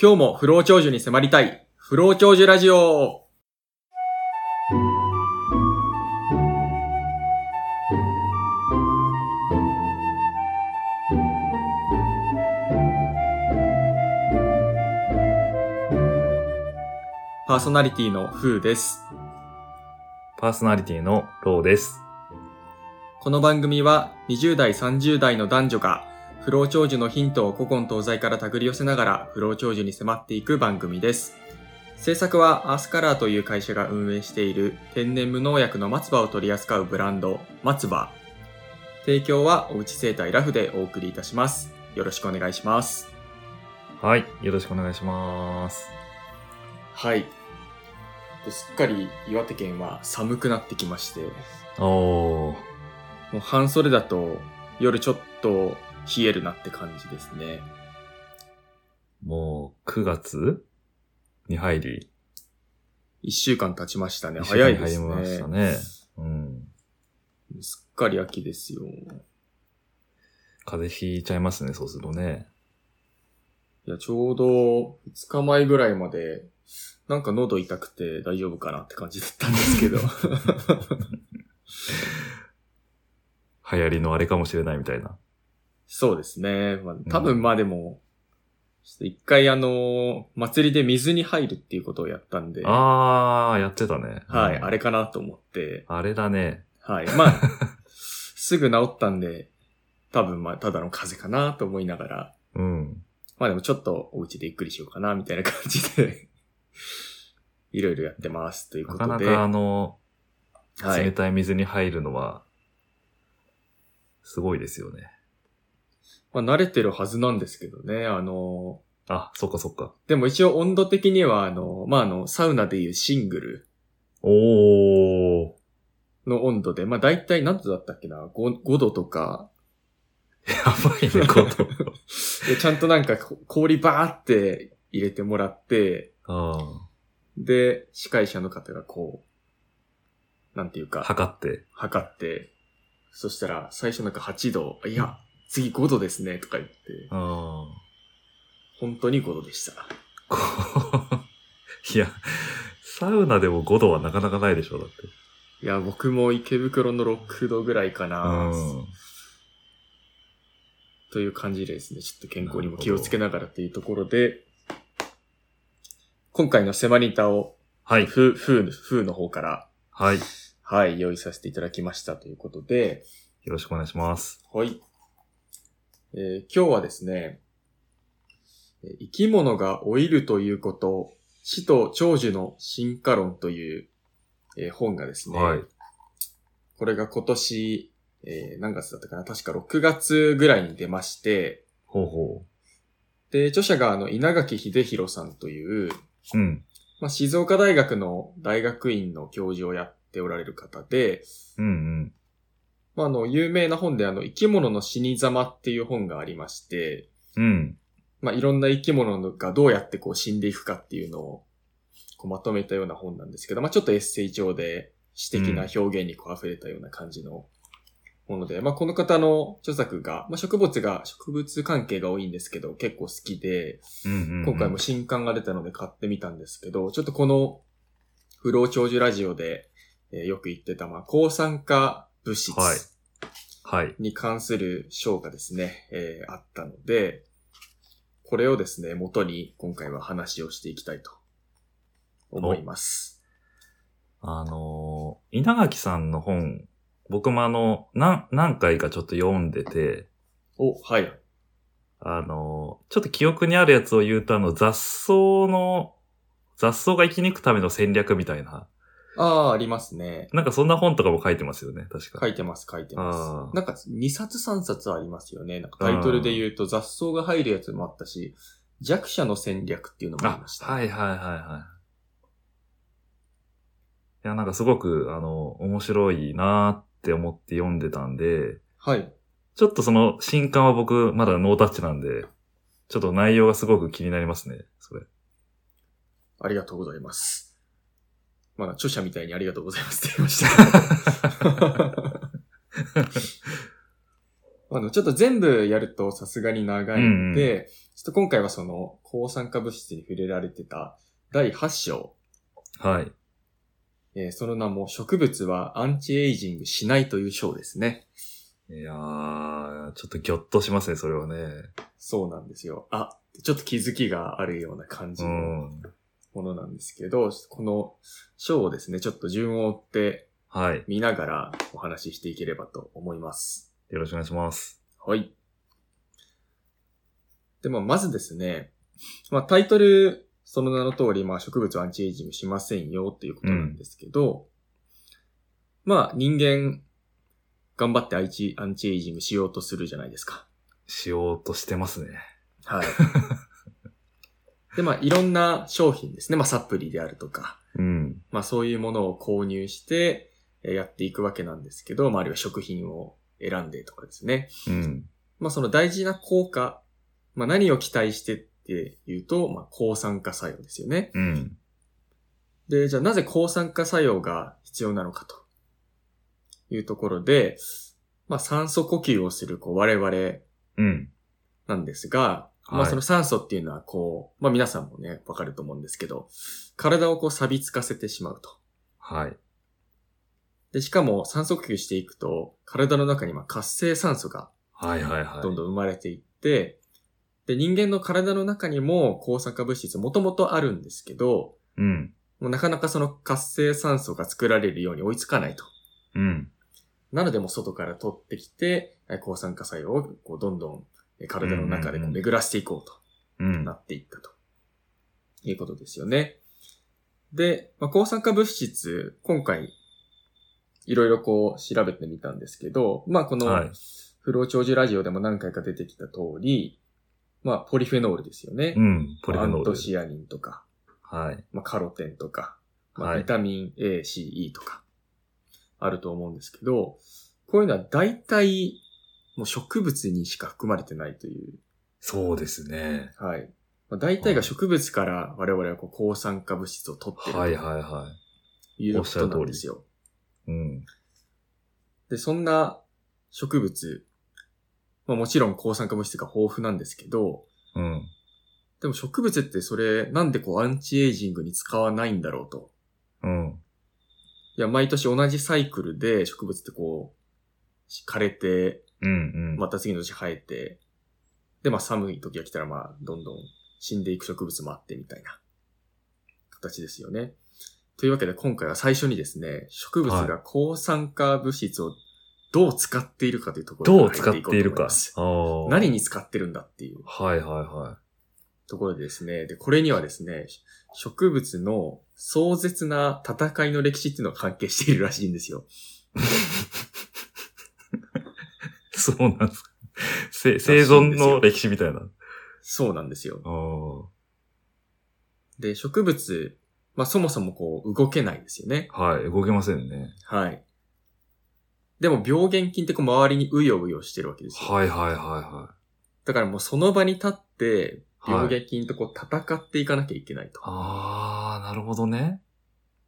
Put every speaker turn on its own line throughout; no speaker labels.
今日も不老長寿に迫りたい、不老長寿ラジオパーソナリティのふうです。
パーソナリティのローです。
この番組は20代30代の男女が不老長寿のヒントを古今東西から手繰り寄せながら不老長寿に迫っていく番組です。制作はアースカラーという会社が運営している天然無農薬の松葉を取り扱うブランド松葉。提供はおうち生態ラフでお送りいたします。よろしくお願いします。
はい、よろしくお願いします。
はい。すっかり岩手県は寒くなってきまして、
おー、
もう半袖だと夜ちょっと冷えるなって感じですね。
もう9月に入り、
一週間経ちましたね。早いです
一緒に入りました
ね。
ね。うん。
すっかり秋ですよ。
風邪ひいちゃいますね、そうするとね。
いや、ちょうど二日前ぐらいまで、なんか喉痛くて大丈夫かなって感じだったんですけど。
流行りのあれかもしれないみたいな。
そうですね。まあ、多分まあでも、ちょっと一回あの、祭りで水に入るっていうことをやったんで、は
あー、やってたね。
い、
うん
あれ。かなと思って、
あれだね。
はい。まあ、すぐ治ったんで、多分まあ、ただの風邪かなと思いながら、
うん。
まあでもちょっとお家でゆっくりしようかな、みたいな感じで、 いろいろやってます、という
な
こ
か
と
な
で。
かあの、
は
冷
い。
たい水に入るのは、すごいですよね。
まあ慣れてるはずなんですけどね、あの、
あ、そっかそっか。
でも一応温度的には、あの、まああの、サウナでいうシングル
おー。
の温度で、まあ大体何度だったっけな、5, 5度とか、
やばいね、こと。
でちゃんとなんかこ 氷バーって入れてもらって、
あー
で、司会者の方がこう、なんていうか、
測って。
測って、そしたら最初なんか8度、いや、次5度ですね、とか言って、
あ
本当に5度でした。
こう いや、サウナでも5度はなかなかないでしょ、だって。
いや、僕も池袋の6度ぐらいかな、
うん
という感じでですね、ちょっと健康にも気をつけながらというところで、今回のセマニタを、
はい。
ふ、ふ、ふの方から、
はい。よ
はい、用意させていただきましたということで、
ろしくお願いします。
はい。えー今日はですね、えー生き物が老いるということ、死と長寿の進化論という、えー本がですね、
はい。
これが今年、えー何月だったかな確か6月ぐらいに出まして、
ほうほ
で、著者があの、稲垣秀弘さんという、
う。うん。
まあ、静岡大学の大学院の教授をやっておられる方で、
うんうん。
まあ、あの、有名な本であの、生き物の死に様っていう本がありまして、
うん。
まあ、いろんな生き物がどうやってこう死んでいくかっていうのをこうまとめたような本なんですけど、まあ、ちょっとエッセイ調で詩的な表現にこう溢れたような感じのもので、まあ、この方の著作が、まあ、植物が、植物関係が多いんですけど、結構好きで、
うんうんうん
今回も新刊が出たので買ってみたんですけど、ちょっとこの不老長寿ラジオで、えーよく言ってた、まあ、抗酸化物質
はいはい。
に関する章がですね、えーあったので、これをですね、元に今回は話をしていきたいと思います。
あのー稲垣さんの本、僕もあの、何、何回かちょっと読んでて、
お、はい。
あのーちょっと記憶にあるやつを言うと、あの、雑草の、雑草が生き抜くための戦略みたいな。
ああ、ありますね。
なんかそんな本とかも書いてますよね、確か。
書いてます、書いてま
あ
す。
ー
なんか2冊3冊ありますよね。なんかタイトルで言うと雑草が入るやつもあったし、弱者の戦略っていうのもあり
あ
まし、た。
はいはいはいはい。いや、なんかすごく、あの、面白いなーって思って読んでたんで、
はい。
ちょっとその新刊は僕、まだノータッチなんで、ちょっと内容がすごく気になりますね、それ。
ありがとうございます。まあ、著者みたいにありがとうございますって言いま した。あの、ちょっと全部やるとさすがに長いので、ちょっと今回はその、抗酸化物質に触れられてた第8章、
はい。
えーその名も植物はアンチエイジングしないという章ですね。
いやー、ちょっとギョッとしますね、それはね。
そうなんですよ。あ、ちょっと気づきがあるような感じ
う
の
ん。
ものなんですけど、この章をですね、ちょっと順を追って
はい。よ
見ながらお話ししていければと思います。
ろしくお願いします。
はい。で、まあ、まずですね、まあ、タイトル、その名の通り、まあ、植物はアンチエイジングしませんよということなんですけど、まあ、人間、頑張ってアンチアンチエイジングしようとするじゃないですか。
しようとしてますね。
はい。で、まあ、いろんな商品ですね。まあ、サプリであるとか、
うん。
まあ、そういうものを購入して、えーやっていくわけなんですけど、まあ、あるいは食品を選んでとかですね。
うん。
まあその大事な効果、まあ何を期待してっていうと、まあ抗酸化作用ですよね。
うん。
で、じゃあなぜ抗酸化作用が必要なのかというところで、まあ酸素呼吸をするこう我々
うん。
なんですが、
はい
まあその酸素っていうのはこう、まあ皆さんもね、わかると思うんですけど、体をこう錆びつかせてしまうと。
はい。
で、しかも酸素呼吸していくと、体の中にまあ活性酸素が
はいはいはい。
どんどん生まれていって、で、人間の体の中にも抗酸化物質もともとあるんですけど、
うん。
もうなかなかその活性酸素が作られるように追いつかないと。
うん。
なのでもう外から取ってきて、え抗酸化作用をこうどんどんえ体の中でこ
うんうんう
うん巡らしていこうと
うん
な。っていったと。いうことですよね。で、まあ、抗酸化物質、今回、いろいろこう調べてみたんですけど、まあこの、
はい。
不老長寿ラジオでも何回か出てきた通り、まあ、ポリフェノールですよね。
うん。ポリフェ
ア
ノ
ン
ー
ト
ル。
シアニンとか、
はい。
まあ、カロテンとか、まあ
は
ビ
い。
タミン A、C、E とか、あると思うんですけど、こういうのは大体、もう植物にしか含まれてないという、
そうですね。
はい。まあ、大体が植物から我々はこう抗酸化物質を取って
はい
る
はいは
という
お
こ
っしゃ
と
る通り
なんですよ。
い。うん。
で、そんな植物、まあ、もちろん抗酸化物質が豊富なんですけど、
うん。
でも植物ってそれなんでこうアンチエイジングに使わないんだろうと。
うん。
いや、毎年同じサイクルで植物ってこう、し枯れて、
うん。うん。
また次の年生えて、で、まあ寒い時が来たらまあどんどん死んでいく植物もあってみたいな形ですよね。というわけで今回は最初にですね、植物が抗酸化物質をどう使っているかというところ
ど
に
う使っているか。あー
何に使ってるんだっていう。
はいはい は
ところでですね、で、これにはですね、し植物の壮絶な戦いの歴史っていうのが関係しているらしいんですよ。
い。そうなんですか。せ生存の歴史みたいな。
そうなんですよ。
ああ。
で、植物、まあそもそもこう動けないですよね。
はい。動けませんね。
はい。でも病原菌ってこう周りにうようよしてるわけですよ。
はいはいはいはい。
だからもうその場に立って、
はい
病原菌とこう戦っていかなきゃいけないと、
ああ、なるほどね。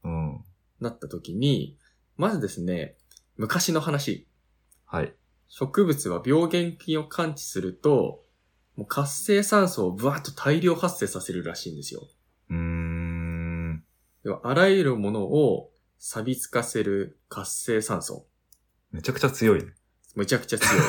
うん。
なった時に、まずですね、昔の話、
はい。
植物は病原菌を感知すると、もう活性酸素をブワーッと大量発生させるらしいんですよ。
うーん。
要はあらゆるものを錆びつかせる活性酸素。
めちゃくちゃ強いね。
むちゃくちゃ強 い。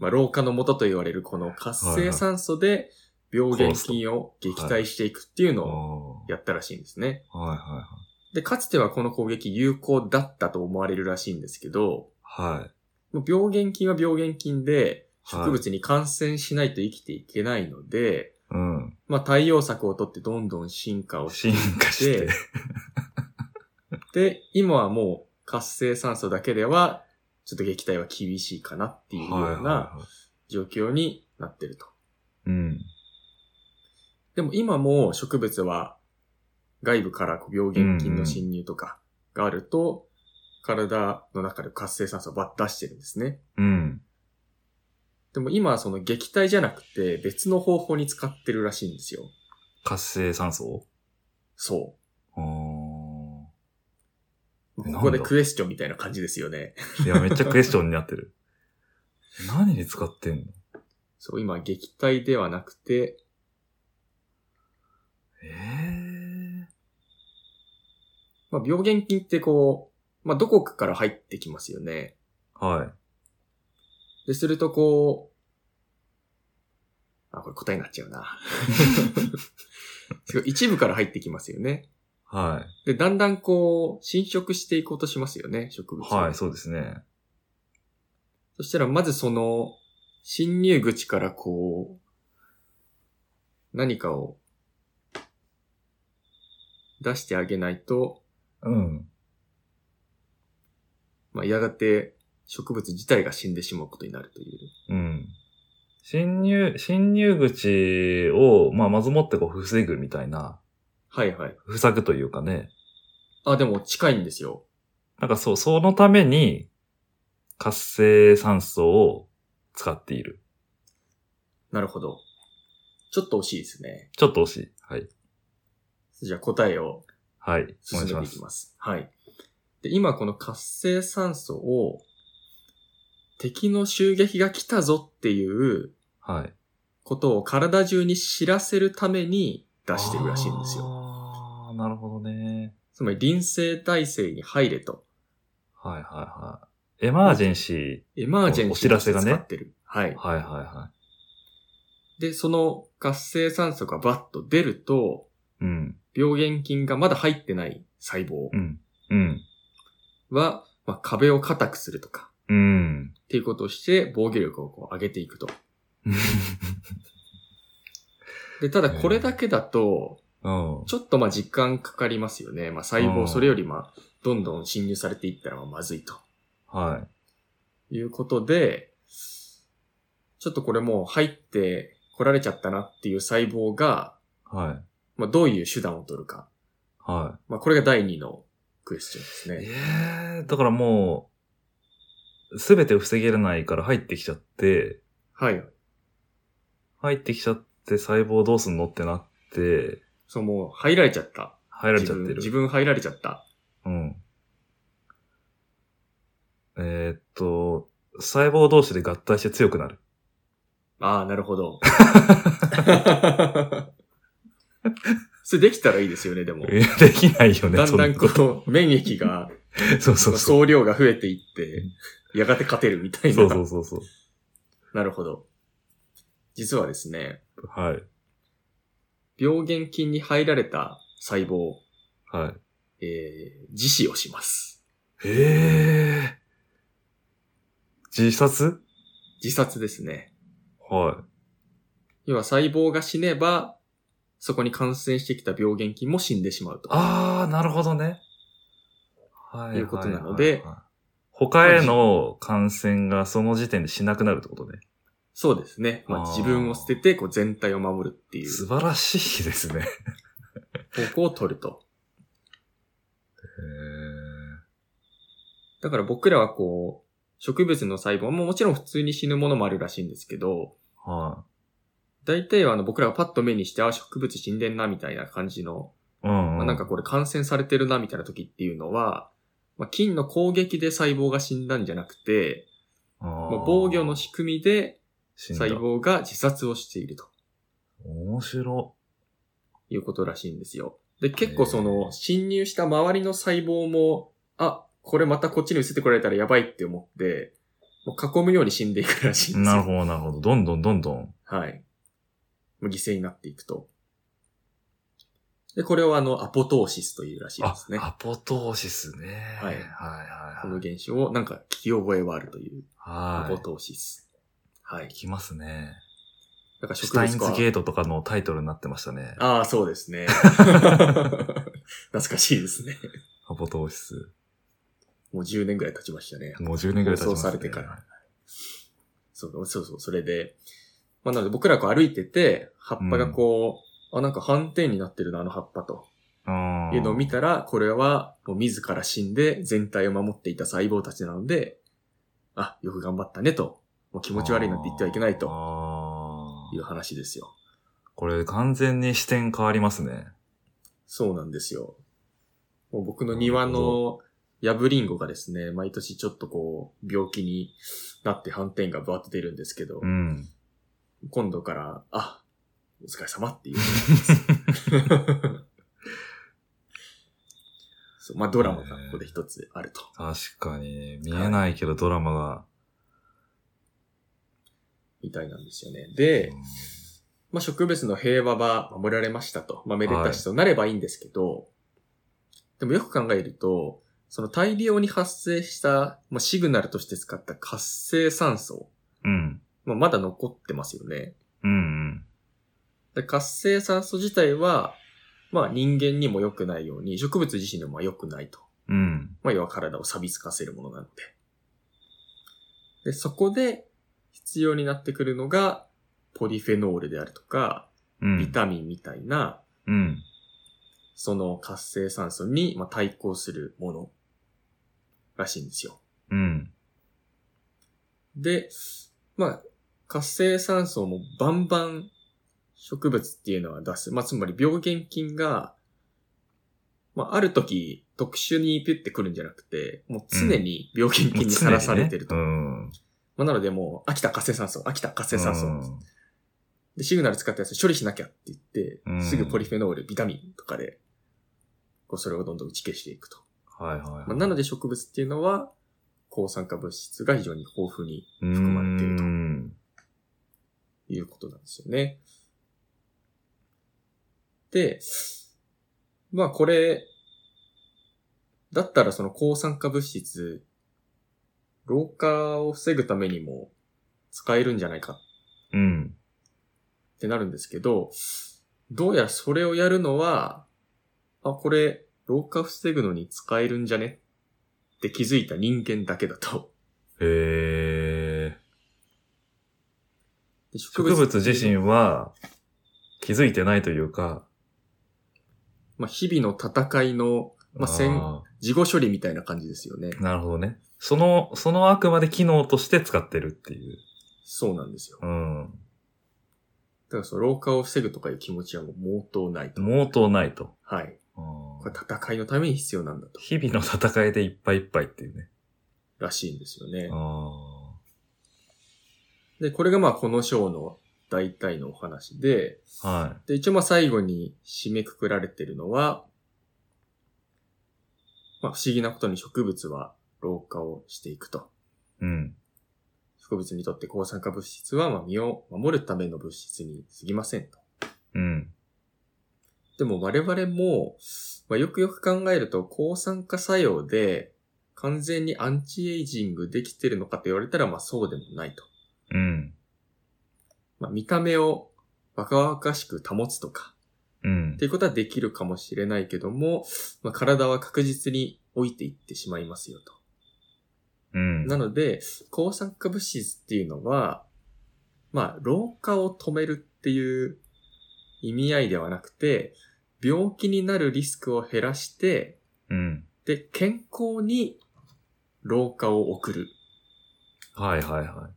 まあ、老化の元と言われるこの活性酸素で病原菌を撃退していくっていう
あ
のを
あ。
やったらしいんですね。
はいは
で、かつてはこの攻撃有効だったと思われるらしいんですけど、
いはい。はい。
もう病原菌は病原菌で、
はい
植物に感染しないと生きていけないので、
うん。
まあ、対応策をとってどんどん進化をし
進化して
で。て、今はもう活性酸素だけでは、ちょっと撃退は厳しいかなっていうような状況になってると。
い。うん。
でも今も植物は外部からこう病原菌の侵入とかがあると、体の中で活性酸素をばっ出してるんですね。
うん。
でも今はその撃退じゃなくて別の方法に使ってるらしいんですよ。
活性酸素
そ
あー
う。
え
ここで
なんだ
クエスチョンみたいな感じですよね。
いや、めっちゃクエスチョンになってる。何に使ってんの
そう、今、撃退ではなくて、
ええ
まあ、病原菌ってこう、まあ、どこかから入ってきますよね。
はい。
で、するとこう、あ、これ答えになっちゃうな。 すごい一部から入ってきますよね。
は
で、だんだんこう、侵食していこうとしますよね、植
い。
物。
はい、そううですね。
そしたら、まずその、侵入口からこう、何かを出してあげないと、
うん。
まあ、やがて植物自体が死んでしまうことになるという。
うん。侵入、侵入口を、まあ、まずもってこう、防ぐみたいな、
はいはい。
塞ぐというかね。
あ、でも近いんですよ。
なんかそう、そのために、活性酸素を使っている。
なるほど。ちょっと惜しいですね。
ちょっと惜しい。はい。
じゃあ答えを
はい。お願
進
いし
め
ま
ていき
す。
ます。はい。で、今この活性酸素を敵の襲撃が来たぞっていう
はい。
ことを体中に知らせるために出してるらしいんですよ。
あーなるほどね。
つまり臨性体制に入れと、
はいはいはい。エマージェンシ
エマージェンシーとして
お知らせがね
使ってる。はい
ー。。はいはいは
で、その活性酸素がバッと出ると、
い。うん。
病原菌がまだ入ってない細胞
うん。うん。
は、まあ、壁を硬くするとか、
うん。
っ ていうことをして防御力をこう上げていくと。で、ただこれだけだと、
うん。
ちょっとまあ時間かかりますよね。まあ細
う
胞、
ん
それよりまあ、どんどん侵入されていったらまあまずいと
はい。
いうことで、ちょっとこれもう入って来られちゃったなっていう細胞が、
はい。
まあどういう手段を取るか。
は
まあこれが第二のクエスチョンです
い。
ね。
ええだからもう、すべてを防げれないから入ってきちゃって、
はい。
入ってきちゃって細胞どうすんのってなって、
そう、もう入られちゃった。
入られちゃって
自
る。
分自分入られちゃった。
うん。えーっと、細胞同士で合体して強くなる。
ああ、なるほ ど。それできたらいいですよね、でも。
いや できないよね、
だんだん
そ
こう、免疫が、
う。そうそうそう。
総量が増えていって、やがて勝てるみたいな。
そうそうそうそう。
なるほど。実はですね、
はい。
病原菌に入られた細胞、
はい。
えー、自死をします。
ええー。自殺
自殺ですね。
は
要は細胞が死ねば、そこに感染してきた病原菌も死んでしまう
い。
と。
あー、なるほどね。はい。
いうことなので
はいはい他への感染がその時点でしなくなるってことね。
そうですね。まあ、
あー
自分を捨てて、こう全体を守るっていう
素晴らしいですね。
方向を取ると。
えー
だから僕らはこう、植物の細胞ももちろん普通に死ぬものもあるらしいんですけど、
は
大体はあの僕らがパッと目にして、あ、植物死んでんなみたいな感じの、
い。うん、
ま
う
あ、
ん。
なんかこれ感染されてるなみたいな時っていうのは、まあ、菌の攻撃で細胞が死んだんじゃなくて、
あー、
まあ、防御の仕組みで
死んだ
細胞が自殺をしていると
面白。
いうことらしいんですよ。で、結構その侵入した周りの細胞も、あ、これまたこっちに移ってこられたらやばいって思って、もう囲むように死んでいくらしいんですよ。
なるほど、なるほど。どんどんどんどん。
はい。もう犠牲になっていくと。で、これをあの、アポトーシスというらしいで
あ
すね、。
アポトーシスね。
はい
はい
こ
はい
の
はい。
現象をなんか聞き覚えはあるという、アポ
は
トーシス。はい。
い。きますね。
だから
シュ
植
タイン
物
ズ
化
ゲートとかのタイトルになってましたね。
ああ、そうです ね。懐かしいですね。
アポトーシス。
もう10年ぐらい経ちましたね。
もう10年ぐらい経ちま
放
し
送
た
さ
ね。
れてから。そうそうそう、それで。まあなので僕らこう歩いてて、葉っぱがこう、あ、なんか斑点になってるな、あの葉っぱと。
うん。
いうのを見たら、これはもう自ら死んで全体を守っていた細胞たちなので、あ、よく頑張ったねと、もう気持ち悪いなんて言ってはいけないと
あ
い
ー
う話ですよ。
これ完全に視点変わりますね。
そうなんですよ。もう僕の庭
なる
のヤブリンゴがですね、毎 年ちょっとこう、病気になって斑点がバーって出るんですけど、
うん。
今度から、あ、お疲れ様って いうことになります。そう、まあドラマがここで一つあると。
確かにね、見えないけどドラマが。
みたいなんですよね。で、まあ、植物の平和は守られましたと。まあ、めでたしとなればいいんですけど、でもよく考えると、その大量に発生した、まあ、シグナルとして使った活性酸素、
うん。
まあ、まだ残ってますよね。
うんうん。
で活性酸素自体は、まあ、人間にも良くないように、植物自身にもまあ良くないと。
うん。
まあ、要は体を錆びつかせるものなので。で、そこで必要になってくるのが、ポリフェノールであるとか、
うん。
ビタミンみたいな、
うん。
その活性酸素にまあ対抗するものらしいんですよ。
うん。
で、まあ、活性酸素もバンバン植物っていうのは出す。まあ、つまり病原菌が、まあ、ある時特殊にピュってくるんじゃなくて、もう常に病原菌にさらされてると。
常にね
まあ、なのでもう、飽きた活性酸素、飽きた活
う
性
ん。
酸素。で、シグナル使ったやつ処理しなきゃって言って、
うん
すぐポリフェノール、ビタミンとかで、こう、それをどんどん打ち消していくと。
はいはいはい。
まあ、なので植物っていうのは、抗酸化物質が非常に豊富に
含
含まれていると
うん。
いうことなんですよね。で、まあこれ、だったらその抗酸化物質、老化を防ぐためにも使えるんじゃないか
うん。
ってなるんですけど、どうやらそれをやるのは、あ、これ、老化防ぐのに使えるんじゃねって気づいた人間だけだと。
へえ。
で
植物自身は気づいてないというか、
まあ、日々の戦いの、まあ、戦、
あ
事後処理みたいな感じですよね
ー。なるほどね。その、そのあくまで機能として使ってるっていう。
そうなんですよ。だ
うん。
からその老化を防ぐとかいう気持ちはもう毛頭ないと。
毛頭ないと。
はい。
うん
これ戦いのために必要なんだと。
日々の戦いでいっぱいいっぱいっていうね。
らしいんですよね。
あ
で、これがまあこの章の大体のお話で、
あ。は
で、一応まあ最後に締めくくられてるのは、まあ不思議なことに植物は老化をしていくと。
い。うん。
植物にとって抗酸化物質はまあ身を守るための物質に過ぎませんと。
うん。
でも我々も、まあ、よくよく考えると抗酸化作用で完全にアンチエイジングできてるのかと言われたらまあそうでもないと。
うん。
まあ、見た目を若々しく保つとか
うん
っ。ていうことはできるかもしれないけども、まあ、体は確実に老いていってしまいますよと。
うん。
なので、抗酸化物質っていうのは、まあ、老化を止めるっていう意味合いではなくて、病気になるリスクを減らして、
うん。
で、健康に老化を送る
はいはいは
っ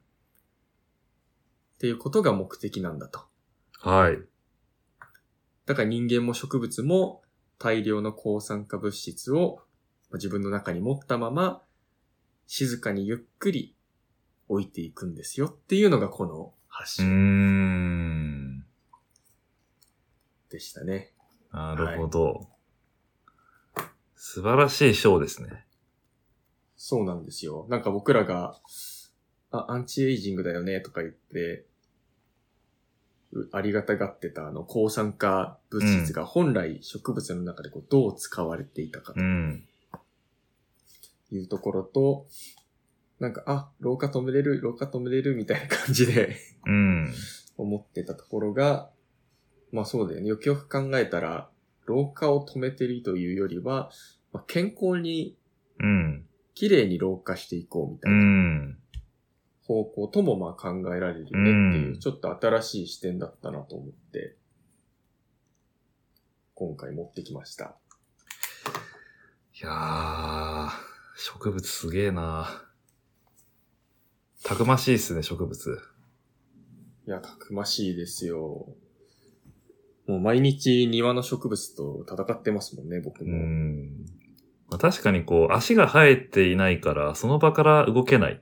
ていうことが目的なんだと。
い。はい。
だから人間も植物も大量の抗酸化物質をまあ自分の中に持ったまま静かにゆっくり置いていくんですよっていうのがこの
うー
発信
ん。
でしたね。
なるほど。素晴らしい章ですね。
そうなんですよ。なんか僕らが、あ、アンチエイジングだよねとか言って、うありがたがってたあの抗酸化物質が本来植物の中でこうどう使われていたかと
うん。
いうところと、なんか、あ、老化止めれる、老化止めれるみたいな感じで
うん。
思ってたところが、まあそうだよね。よくよく考えたら、老化を止めてるというよりは、まあ、健康に、
うん。
綺麗に老化していこうみた
う。
いなん方向ともまあ考えられるよねっていう、
うん
ちょっと新しい視点だったなと思って、今回持ってきました。
いやー、植物すげえなたくましいっすね、植物。
いや、たくましいですよ。もう毎日庭の植物と戦ってますもんね、僕
う
も。
ん。まあ、確かにこう、足が生えていないから、その場から動けない。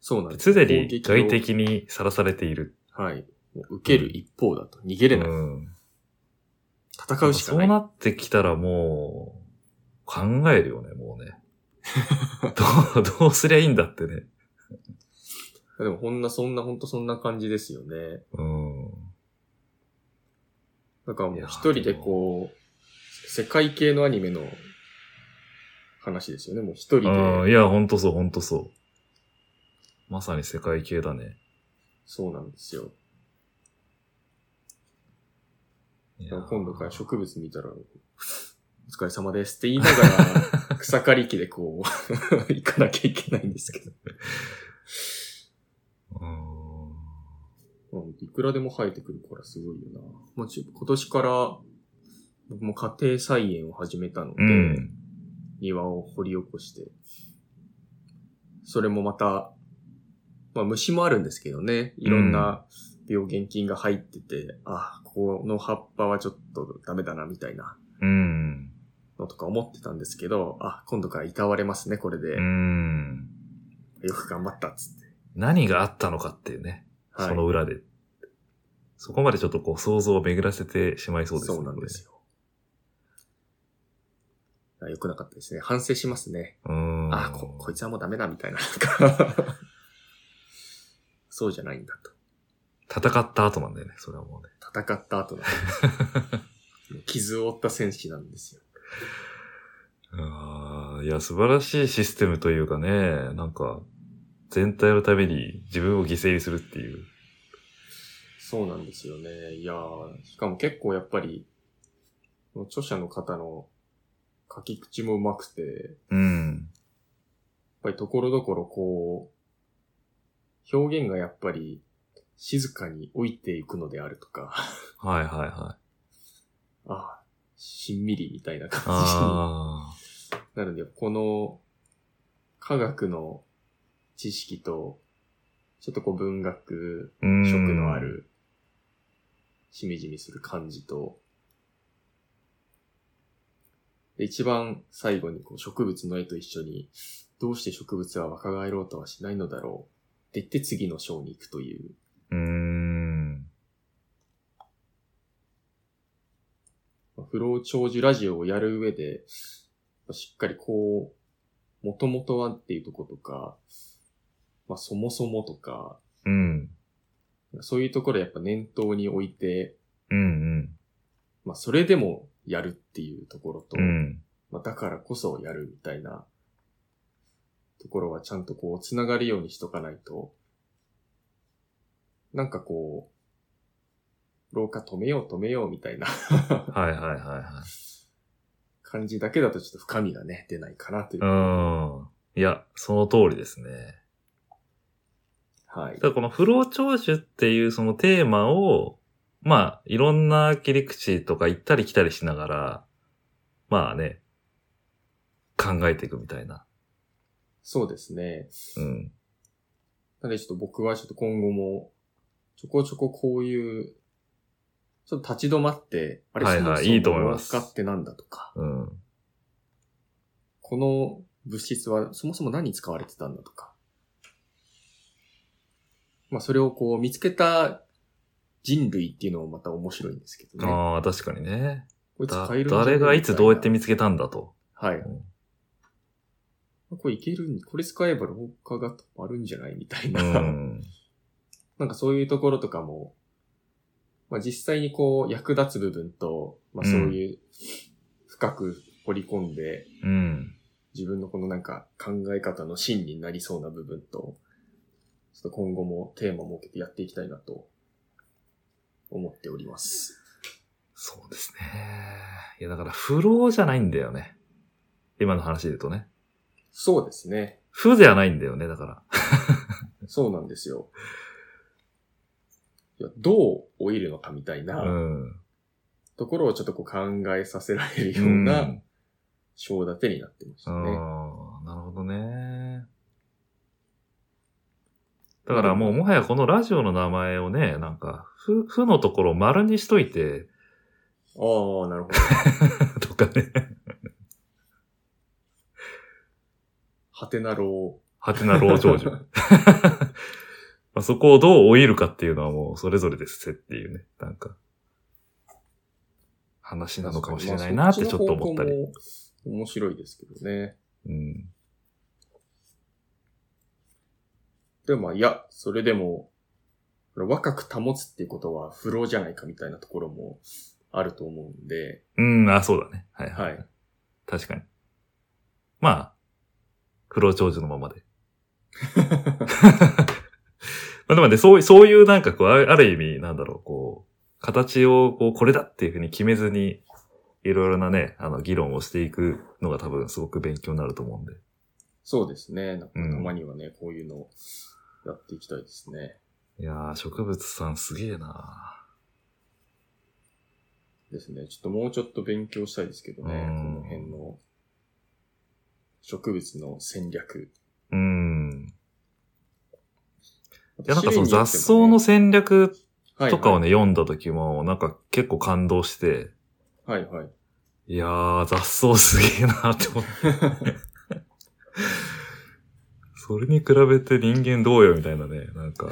そうなんです
常
よ
に
攻撃を
外敵にさらされている。
はい。もう受ける一方だと。逃げれない。
うん。
戦うしか
そう
ない。
なってきたらもう、考えるよね、も うね。どう、どうすりゃいいんだってね。
でも、ほんな、そんな、ほんとそんな感じですよね。
うん。
なんかもう
いやー
一人でこう、世界系のアニメの話ですよね。もう一人
うん、い
で。
や、ほんとそう、ほんとそう。まさに世界系だね。
そうなんですよ。
いや
今度から植物見たら、 お疲れ様ですって言いなが ら、草刈り機でこう、 行かなきゃいけないんですけど。
うん。
うんいくらでも生えてくるからすごいよな。もうち今年から、僕も家庭菜園を始めたので、
うん。
庭を掘り起こして、それもまた、まあ虫もあるんですけどね、いろんな病原菌が入ってて、あ、この葉っぱはちょっとダメだなみたいな
うん。
のとか思ってたんですけど、あ、今度からいたわれますね、これで。
うん。
よく頑張ったっつって。
何があったのかっていうね。
はい。
その裏で。そこまでちょっとこう想像を巡らせてしまいそうですね。
そうなんですよ。あ良くなかったですね。反省しますね。
これね。うん。
あ、こ、こいつはもうダメだみ たいな。なんかそうじゃないんだと。
戦った後なんだよね、それはもうね。
戦った後だ。傷を負った戦士なんですよ。
ああ、いや、素晴らしいシステムというかね、なんか、全体のために自分を犠牲にするっていう。
そうなんですよね。いやーしかも結構やっぱり、著者の方の書き口もうまくて、やっ
うん。
ぱりところどころこう、表現がやっぱり静かに老いていくのであるとか、
はいはいはい。
あーしんみりみたいな感じに
あ
なるんで、この科学の知識と、ちょっとこう文学
あ。うん
食のあ。る、しみじみする感じと、で一番最後にこう植物の絵と一緒に、どうして植物は若返ろうとはしないのだろうって言って次の章に行くという、
うん。
まあ不老長寿ラジオをやる上で、まあしっかりこう、もともとはっていうとことか、まあそもそもとか、
うん。
そういうところやっぱ念頭に置いて、
うんうん。
まあそれでもやるっていうところと、
うん。
まあ、だからこそやるみたいなところはちゃんとこう、つながるようにしとかないと、なんかこう、老化止めよう止めようみたいな
はいはいはいはい。
感じだけだとちょっと深みがね、出ないかなというう。
ん。いや、その通りですね。
はい
た。だこの不老長寿っていうそのテーマを、まあ、いろんな切り口とか行ったり来たりしながら、まあね、考えていくみたいな。
そうですね。
うん。
なのでちょっと僕はちょっと今後も、ちょこちょここういう、ちょっと立ち止まって、あれ、
はいはいいいと思います
老化ってなんだとか、
うん。
この物質はそもそも何に使われてたんだとか。まあそれをこう見つけた人類っていうのもまた面白いんですけどね。
ああ、確かにね。
こいつ
だ
買えるんじゃね
誰がいつどうやって
み
見つけたんだと。
たいなは
うん
い。これいけるんこれ使えば老化が止まるんじゃないみたいうな。
ん。
なんかそういうところとかも、まあ実際にこう役立つ部分と、まあそういう深く掘り込んで、
うん。
自分のこのなんか考え方の芯になりそうな部分と、ちょっと今後もテーマを設けてやっていきたいなと思っております。
そうですね。いや、だから不老じゃないんだよね。今の話で言うとね。
そうですね。
不ではないんだよね、だから。
そうなんですよ。いやどう老いるのかみたいな
うん。
ところをちょっとこう考えさせられる
う。
ようんな章立てになってました
ああ
ね。
ー、なるほどね。だからもうもはやこのラジオの名前をね、なんか、ふ、ふのところを丸にしといて、
ああ、なるほど。
とかね、
はてなろ
はてな老長寿。まあ、そこをどう老いるかっていうのはもうそれぞれですっていうね、なんか、話なのかもしれないなってちょっと思ったり。
まあ。そっちの方向も面白いですけどね。
うん。
でもまあ、いや、それでも、若く保つっていうことは不老じゃないかみたいなところもあると思うんで、
うん、あ、そうだね。はいはい。
はい。
確かに。まあ、不老長寿のままで。まあでもね、そういう、そういうなんかこう、あある意味、なんだろう、こう、形をこう、これだっていうふうに決めずに、いろいろなね、あの、議論をしていくのが多分すごく勉強になると思うんで。
そうですね。なんかた
うん
まにはね、こういうのをやっていきたいですね。
いやー、植物さんすげえな
ですね。ちょっともうちょっと勉強したいですけどね。
うん
この辺の植物の戦略。
うーん。い
い
や、なんかその雑草の戦略とかを
ね。
ね、読んだ時も、なんか結構感動して、
はいはい。
いやー、雑草すげえなーって思って。それに比べて人間どうよみたいなね、なんか。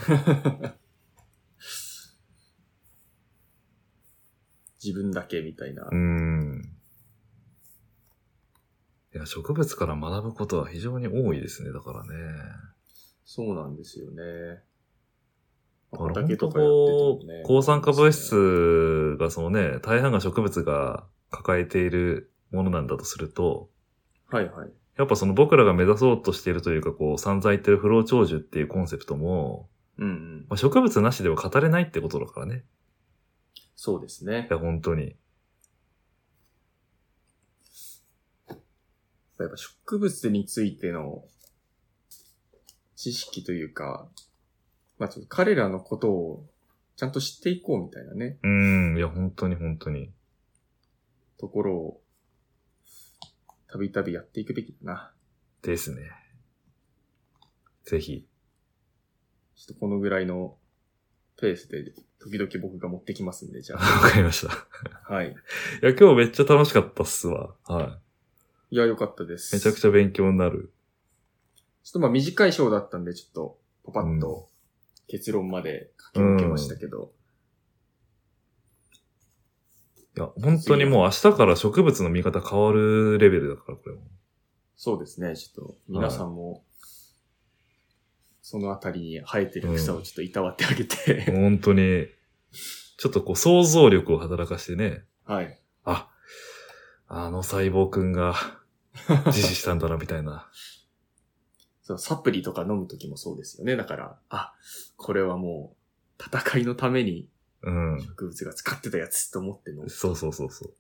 自分だけみたいな
うー。ん。いや、植物から学ぶことは非常に多いですね、だからね。
そうなんですよね。
だから
畑
本当
とかやって
こ
て
う、
もね。
抗酸化物。質がそのね、大半が植物が抱えているものなんだとすると、
はいはい。
やっぱその僕らが目指そうとしているというか、こう、散々言ってる不老長寿っていうコンセプトも、
うんうん
ま。あ、植物なしでは語れないってことだからね。
そうですね
い。や、本当に。
やっぱ植物についての知識というか、まあちょっと彼らのことをちゃんと知っていこうみたいなね、
うん、いや、本当に本当に。
ところをたびたびやっていくべきだな。
ですね。ぜひ。
ちょっとこのぐらいのペースで時々僕が持ってきますんで、じゃ
わ かりました。い
あ。はい。
や、今日めっちゃ楽しかったっすわ。はい
や、よかったです。
い。めちゃく
ちょ
ちゃ勉強になる。
っとまあ短い章だったんで、ちょっとパパッ
う
と結論まで駆け抜けましたけど。
いや、本当にもう明日から植物の見方変わるレベルだから、これも。
そうですね。ちょっと、皆さんも、そのあたりに生えてる草をちょっといたわってあげて、
本当に、ちょっとこう想像力を働かしてね。
はい。
あ、あの細胞くんが自死したんだな、みたいな。
そうサプリとか飲むときもそうですよね。だから、あ、これはもう、戦いのために
うん。
植物が使ってたやつと思っての、
そうそうそうそう。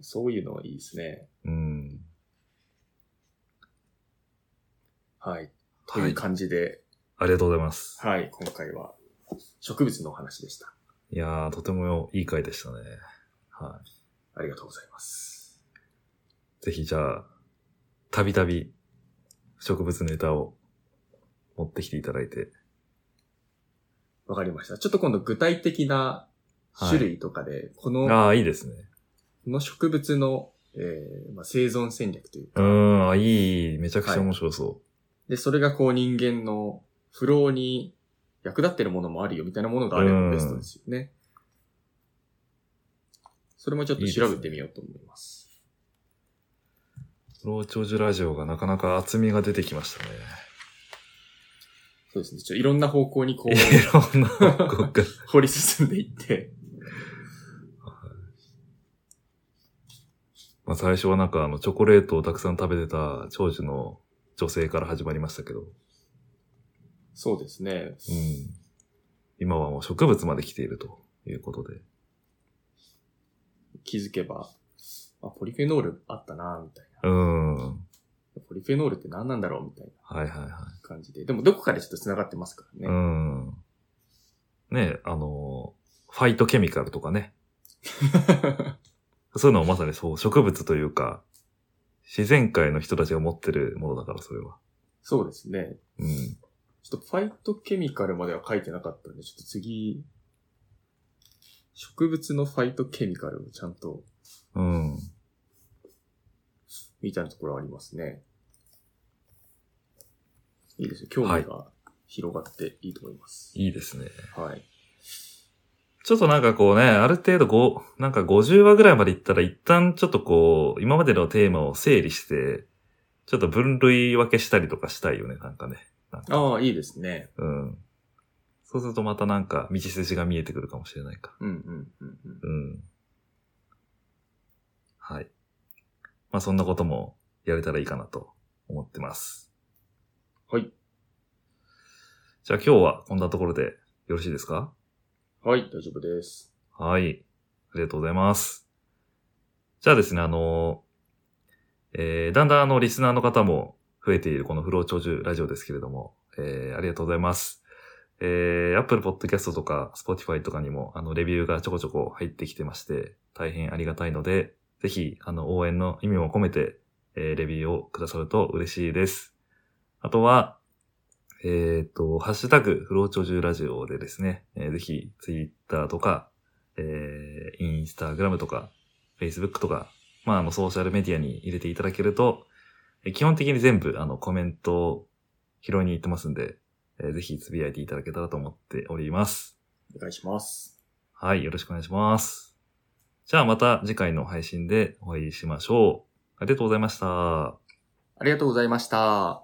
そういうのはいいですね。
うん。
はい。と。
はいいう
感じで、
ありがとうございます。
はい、今回は、植物のお話でした。
いやー、とてもいい回でしたね。は
ありがとうございます。
い。ぜひじゃあ、たびたび植物ネタを持ってきていただいて。
わかりました。ちょっと今度具体的な種類とかで、この、
ああ、いいですね。
この植物の、えーまあ、生存戦略という
う
か、
ーん、あ、いい。めちゃくちゃ面白そ
で、それがこう人間の不老に役立ってるものもあるよみたいなものがあれ
うん
ばベストですよね。それもちょっと調べてみようと思います。
う。老長寿ラジオがなかなか厚みが出てきましたね。
そうですね。ちょっといろんな方向にこ
いうろんな報告が。
掘り進んでいって。
まあ最初はなんかあの、チョコレートをたくさん食べてた長寿の女性から始まりましたけど。
そうですね。
うん。今はもう植物まで来ているということで。
気づけば、あ、ポリフェノールあったなみたいう
ーん。は
な。ポリフェノールって何なんだろうみたいない
はいはい。
感じで。でもどこかでちょっと繋がってますからね。
うん。ねえあのー、ファイトケミカルとかね。そういうのもまさにそう、植物というか、自然界の人たちが持ってるものだから、それは。
そうですね。
うん。
ちょっとファイトケミカルまでは書いてなかったんで、ちょっと次、植物のファイトケミカルをちゃんと
うん。
みたいなところありますね。いいですよ。興味が広がっていいと思います。
いいですね。
はい。
ちょっとなんかこうね、ある程度ご、なんか50話ぐらいまでいったら一旦ちょっとこう、今までのテーマを整理して、ちょっと分類分けしたりとかしたいよね、なんかね。なんか
ああ、いいですね。
うん。そうするとまたなんか道筋が見えてくるかもしれないか。
うんうんうんうん。
うん。はい。まあそんなこともやれたらいいかなと思ってます。
はい。
じゃあ今日はこんなところでよろしいですか
はい、大丈夫です。
はい。ありがとうございます。じゃあですね、あの、えー、だんだんあの、リスナーの方も増えているこの不老長寿ラジオですけれども、えー、ありがとうございます。えー、Apple Podcast とか Spotify とかにも、あの、レビューがちょこちょこ入ってきてまして、大変ありがたいので、ぜひ、あの、応援の意味も込めて、えー、レビューをくださると嬉しいです。あとは、えっ、と、ハッシュタグ、不老長寿ラジオでですね、えーぜひ、Twitter とか、えー、インスタグラムとか、フェイスブックとか、まあ、あの、ソーシャルメディアに入れていただけると、えー基本的に全部、あの、コメントを拾いに行ってますんで、えーぜひつぶやいていただけたらと思っております。
お願いします。
はい、よろしくお願いします。じゃあまた次回の配信でお会いしましょう。ありがとうございました。
ありがとうございました。